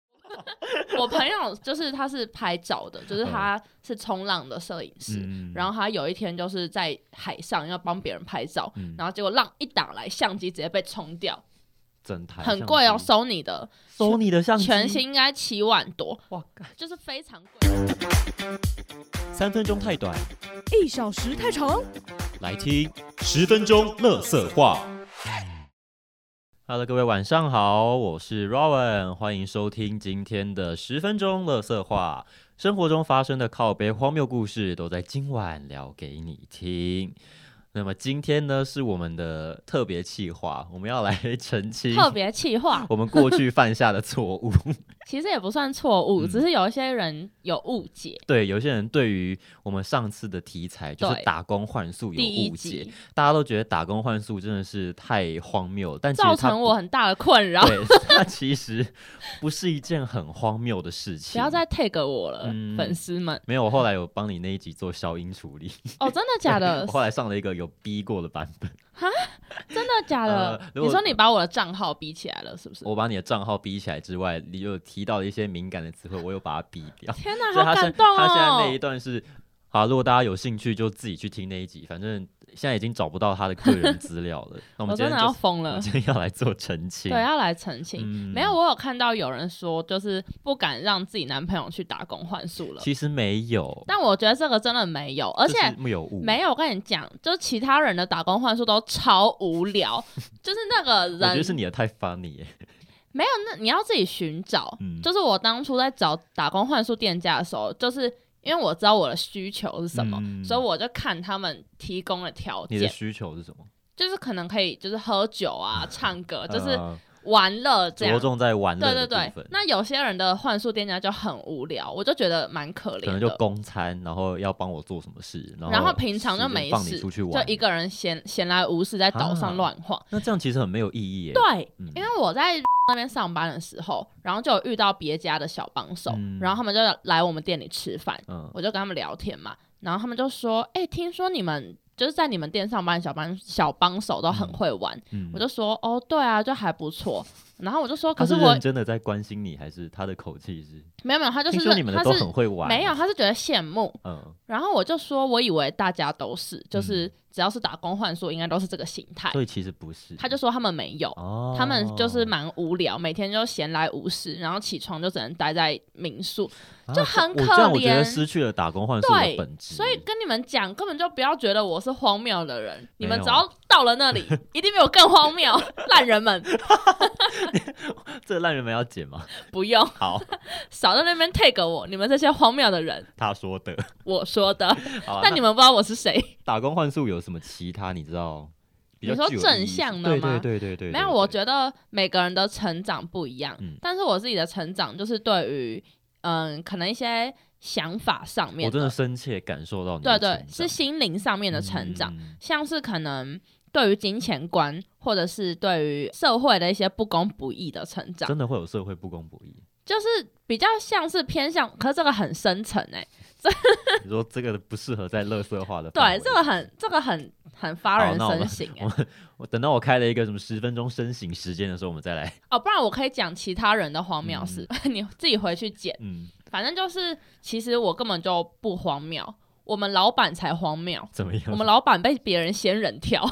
我朋友就是他是拍照的，就是他是冲浪的摄影师，嗯然后他有一天就是在海上要帮别人拍照，嗯然后结果浪一打来，相机直接被冲掉，整台很贵哦相机，Sony 的收你的相机，全新应该七万多，哇，就是非常贵。三分钟太短，一小时太长。来听十分钟乐色话。Hello，各位晚上好，我是 Rowan，欢迎收听今天的十分钟乐色话。生活中发生的靠背荒谬故事，都在今晚聊给你听。那么今天呢，是我们的特别企划，我们要来澄清特别气话，我们过去犯下的错误。其实也不算错误，嗯只是有一些人有误解。对，有些人对于我们上次的题材就是对打工换宿有第一误解集，大家都觉得打工换宿真的是太荒谬了，但其造实它成我很大的困扰，对 它其实不是一件很荒谬的事情。不要再 tag 我了，嗯粉丝们。没有，我后来有帮你那一集做消音处理，哦，真的 假的 我？后来上了一个有逼过的版本，真的假的？呃如果你说你把我的账号逼起来了，是不是？。我把你的账号逼起来之外，你有提到一些敏感的词汇，我有把它逼掉天哪，所以好他感现动他现在那一哦！段是，好，如果大家有兴趣就自己去听那一集，反正现在已经找不到他的个人资料了。那我们我今真天的就要是疯我了们，今天要来做澄清。对，要来澄清。嗯没有，我有看到有人说，就是不敢让自己男朋友去打工换宿了。其实没有，但我觉得这个真的没有，而且这是木有误，没有。我跟你讲，就其他人的打工换宿都超无 聊，就是那个我觉得人是你的太 funny，耶没有，那你要自己寻找。嗯就是我当初在找打工换宿店家的时候，就是因为我知道我的需求是什么，嗯所以我就看他们提供的条你的件，需求是什么？就是可能可以就是喝酒啊、唱歌，就是呃玩乐这样着。重在玩对乐对的对部分，，那有些人的幻术店家就很无聊，我就觉得蛮可可怜能就的。供餐，然后要帮我做什么事，然后然后平常就时间没放事你出去就玩，一个人闲闲来无事在岛啊上乱晃，那这样其实很没有意义耶。对，啊嗯因为我在 那边上班的时候，然后就有遇到别家的小帮手，嗯然后他们就来我们店里吃饭，嗯，我就跟他们聊天嘛，然后他们就说：“哎、听说你们就是在你们店上班，小帮小帮手都很会玩。嗯我就说：“哦，对啊，就还不错。”然后我就说：“他 可是我认真的在关心你，还是他的口气是？没有没有，他就听是说你们的他都是很会玩，没有，，他是觉得羡慕。嗯，然后我就说，我以为大家都是，就是只要是打工换宿，应该都是这个心态。所以其实不是。他就说他们没有，哦，他们就是蛮无聊，每天就闲来无事，然后起床就只能待在民宿，啊就很我可这样我觉得怜失去了打工换宿的对本质。所以跟你们讲，根本就不要觉得我是荒谬的人，你们没只有要到了那里，一定比我更荒谬， 烂人们这个烂人们要剪吗？不用好，少在那边 take 我，你们这些荒谬的人，他说的。我说的，好啊但你们不知道我是谁。打工换宿有什么其他你知道？比较你说具有正意义向的对吗对对对对，没有，对我对觉得每个人的成长不一样，嗯但是我自己的成长就是对于嗯，可能一些想法上面我真的深切感受到你对的对成，是长心灵上面的成长。，嗯像是可能对于金钱观，或者是对于社会的一些不公不义的成长，真的会有社会不公不义。就是比较像是偏向，可是这个很深层哎、你说这个不适合在乐色化的范 对，围这个很这个很很发人好那我深们省哎、 我我等到我开了一个什么十分钟深省时间的时候，我们再来。哦，不然我可以讲其他人的荒谬事， 你自己回去剪。嗯，反正就是，其实我根本就不荒谬，我们老板才荒 谬。怎么样？我们老板被别人仙人 跳，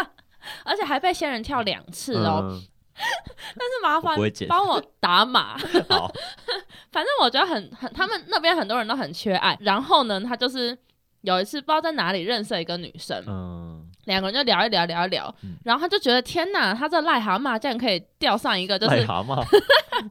而且还被仙人跳两次哦。嗯但是麻我烦不会剪。帮我打码。 嗯好，反正我觉得很很，他们那边很多人都很缺爱。然后呢，他就是有一次不知道在哪里认识了一个女生，嗯，两个人就聊一聊聊一聊，嗯然后他就觉得天哪，他这癞蛤蟆竟然可以钓上一个，就癞是蛤 蟆哦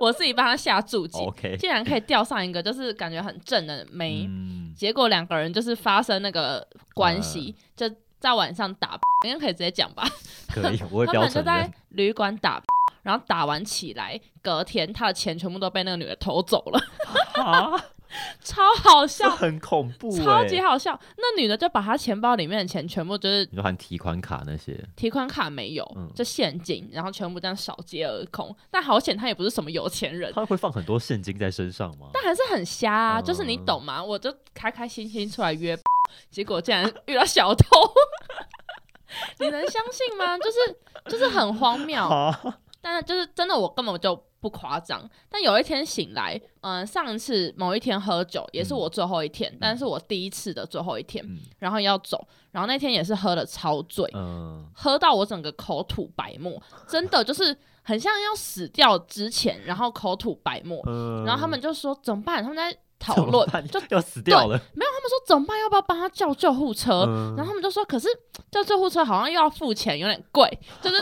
我自己帮他下注解， ，OK，竟然可以钓上一个，就是感觉很正的妹。嗯，结果两个人就是发生那个关系，就在晚上打，应该可以直接讲吧。可以， 我会他标们就准在的。旅馆打，然后打完起来，隔天他的钱全部都被那个女的偷走了，啊，超好这笑。很恐怖欸，超级好笑。那女的就把她钱包里面的钱全部就是你说含提款卡那些，提款卡没有，嗯就现金，然后全部这样扫街而空。但好险她也不是什么有钱人，他会放很多现金在身上吗？但还是很瞎啊。嗯就是你懂吗？我就开开心心出来约， 结果竟然遇到小偷。 你能相信吗？就是就是很荒谬，啊，但是就是真的，我根本就不夸张。但有一天醒来，嗯、上次某一天喝酒也是我最后一天，但是我第一次的最后一天，嗯然后要走，然后那天也是喝的超醉，嗯，喝到我整个口吐白沫，真的就是很像要死掉之前，然后口吐白沫，嗯然后他们就说怎么办？他们在讨怎么论， 办就他要死掉了，们说怎么办？要不要帮他叫救护车？嗯然后他们就说，可是叫救护车好像又要付钱，有点贵，就是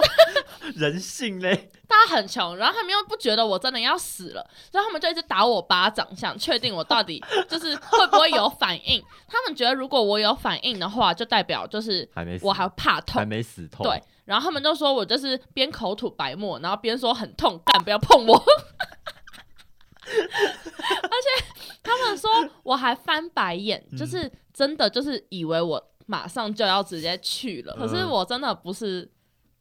人性嘞，大家很穷，然后他们又不觉得我真的要死了，所以他们就一直打我巴掌，想确定我到底 就是会不会有反应。他们觉得如果我有反应的话，就代表就是还没死，我还怕还痛。没死透，对，然后他们就说我就是边口吐白沫，然后边说很痛，干不要碰我。 而且他们说我还翻白眼，嗯就是真的就是以为我马上就要直接去了，可是嗯我真的不是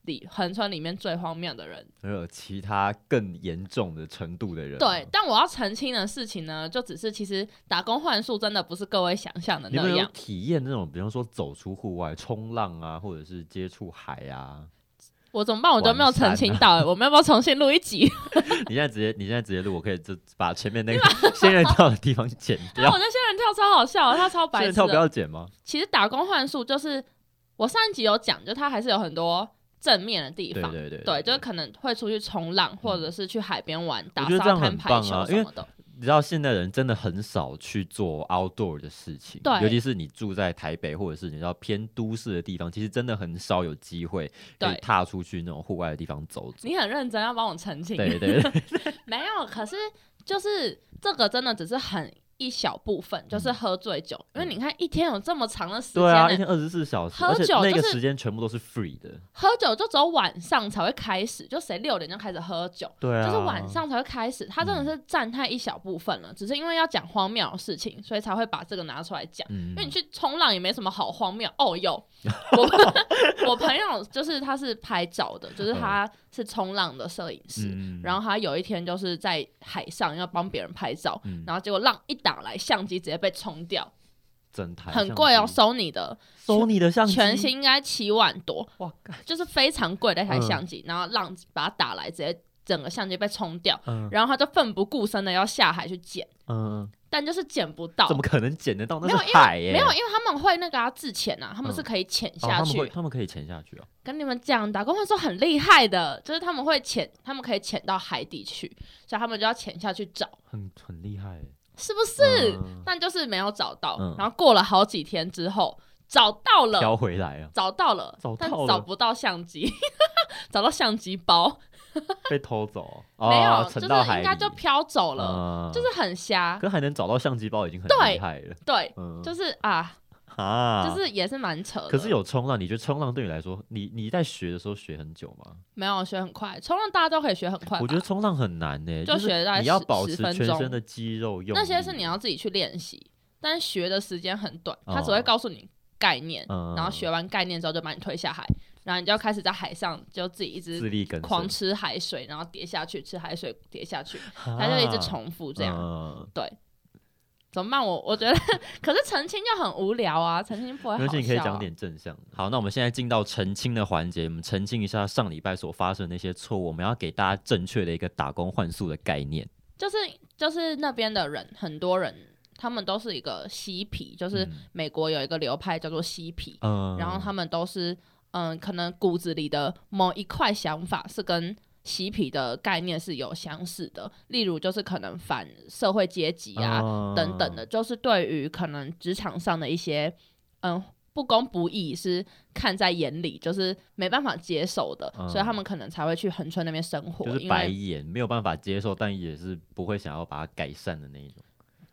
里横村里面最荒谬的人。还有其他更严重的程度的人，对，，但我要澄清的事情呢，就只是其实打工换宿真的不是各位想象的你有那没有样，体验那种，比方说走出户外冲浪啊，或者是接触海啊？我怎么办？我都没有完蛋澄清到、欸，我们要不要重新录一集？ 你现在直接，你现在直接录，我可以就把前面那个 仙人跳的地方剪但掉 我。觉得仙人跳超好笑，他超仙白人痴跳不的。要剪吗？其实打工换宿就是我上一集有讲，就它还是有很多正面的地对方。对对，嗯对，就是可能会出去冲浪，或者是去海边玩、打觉得这沙样滩、很排棒球啊什因为么的。你知道现代人真的很少去做 outdoor 的事情，对尤其是你住在台北或者是你知道偏都市的地方，其实真的很少有机会可以对踏出去那种户外的地方走走。你很认真要帮我澄清，对对对， 没有，可是就是这个真的只是很一小部分，就是喝醉酒，因为你看一天有这么长的时间嗯对呢、啊，一天二十四小时，喝而且酒那就个是时间全部都是 free 的，喝酒就只有晚上才会开始，就谁六点就开始喝酒。对啊，嗯就是晚上才会开始，他真的是占太一小部分了，只是因为要讲荒谬的事情，所以才会把这个拿出来讲。嗯，嗯，因为你去冲浪也没什么好荒谬哦。 有，我我朋友就是他是拍照的，就是他是冲浪的摄影师，嗯然后他有一天就是在海上要帮别人拍照，嗯然后结果浪一打来，相机直接被冲掉，整台很贵哦哎相，Sony 机的收你的相机，全新应该七万多，哇，干就是非常贵的一台嗯相机，然后浪把它打来，直接整个相机被冲掉，嗯然后他就奋不顾身的要下海去捡，嗯，但就是捡不到怎，么可能捡得到？那没有是海耶，没有，因为他们会那个啊自潜啊，他们是嗯可以潜下哦他们去会，他们可以潜下去哦，跟你们讲，打工换宿很厉害的，就是他们会潜，他们可以潜到海底去，所以他们就要潜下去找，很很厉害耶，是不是？嗯但就是没有找到，嗯然后过了好几天之后找到了，飘回来 啊，找到了，找到但了找不到相机， 找到相机包、被偷走， 没有，哦就沉是到海应里该就飘走了，嗯就是很瞎，可还能找到相机包已经很对厉害了，对，嗯，就是啊，啊，就是也是蛮扯的。可是有冲浪，你觉得冲浪对你来说，你你在学的时候学很久吗？没有学很快，冲浪大家都可以学很快吧，我觉得冲浪很难呢、呃就学是大概你要10保10持分全钟身的肌肉用力，那些是你要自己去练习，但学的时间很短，他只哦会告诉你概念，嗯，然后学完概念之后就把你推下海，然后你就要开始在海上就自己一自直力更生，狂吃海水，然后跌下去，吃海水跌下去，啊他就一直重复这样。样。怎么办？我我觉得， 可是澄清就很无聊啊，澄清不会而好且你可以笑讲啊点正向的。好，那我们现在进到澄清的环节，我们澄清一下上礼拜所发生的那些错误，我们要给大家正确的一个打工换宿的概念。就是就是那边的人，很多人他们都是一个嬉皮，就是嗯美国有一个流派叫做嬉皮，嗯，然后他们都是嗯，可能骨子里的某一块想法是跟嬉皮的概念是有相似的，例如就是可能反社会阶级啊、嗯等等的，，就是对于可能职场上的一些嗯。不公不义是看在眼里，就是没办法接受的，嗯所以他们可能才会去恒春那边生活，就是因白为眼，没有办法接受，但也是不会想要把它改善的那一种。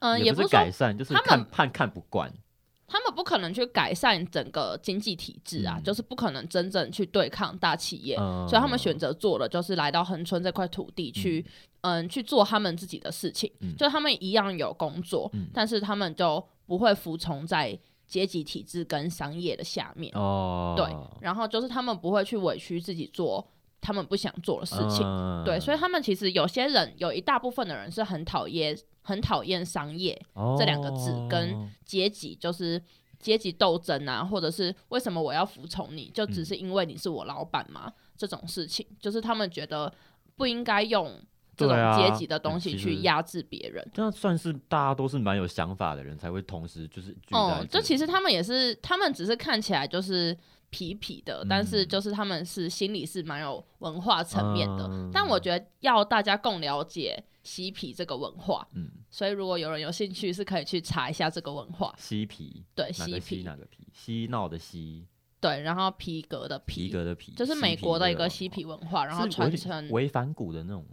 嗯，也不是说改善，就是他们看看看不惯。他们不可能去改善整个经济体制啊，嗯就是不可能真正去对抗大企业，嗯所以他们选择做的就是来到恒春这块土地去，嗯去做他们自己的事情，嗯就他们一样有工作，嗯但是他们就不会服从在阶级体制跟商业的下面，哦，对，然后就是他们不会去委屈自己做他们不想做的事情，嗯对，所以他们其实有些人有一大部分的人是很讨厌很讨厌商业这两个字跟嗯哦阶级，就是。阶级斗争啊，或者是为什么我要服从你，就只嗯是因为你是我老板吗？这种事情，就是他们觉得不应该用这对种啊阶级的东西其去实压制别人。这样算是大家都是蛮有想法的人才会同时就是聚在哦、一起就其实他们也是，他们只是看起来就是痞痞的，但是嗯就是他们是心里是蛮有文化层面的。嗯但我觉得要大家更了解嬉皮这个文化，嗯，所以如果有人有兴趣，是可以去查一下这个文化。嬉皮对，哪嬉个嬉皮，哪个皮嬉闹的嬉对，然后皮革的皮革的皮，就是美国的一个嬉皮文文化，化，然后是有传点承违反古的那种，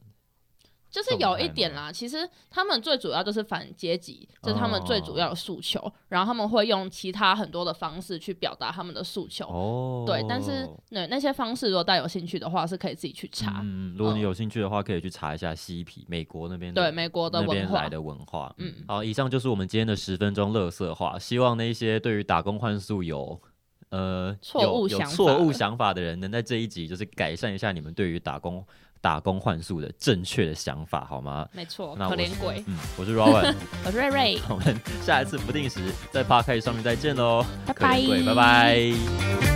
就是有一点啦，其实他们最主要就是反阶级，这、是他们最主要的诉求，然后他们会用其他很多的方式去表达他们的诉求。哦，对，但是那那些方式，如果大家有兴趣的话，是可以自己去查。嗯，如果你嗯有兴趣的话，可以去查一下嬉皮，美国那边的对美国的那文边化来，的文化。嗯，好，以上就是我们今天的十分钟乐色话。希望那些对于打工换宿有呃错有误有想法错误的想法的人，能在这一集就是改善一下你们对于打工打工换宿的正确的想法，好吗？没错，那可我怜是鬼，嗯，我是 Rowan，我是瑞瑞，我们下一次不定时在 p a r k 上面再见喽，拜可怜拜，鬼拜拜。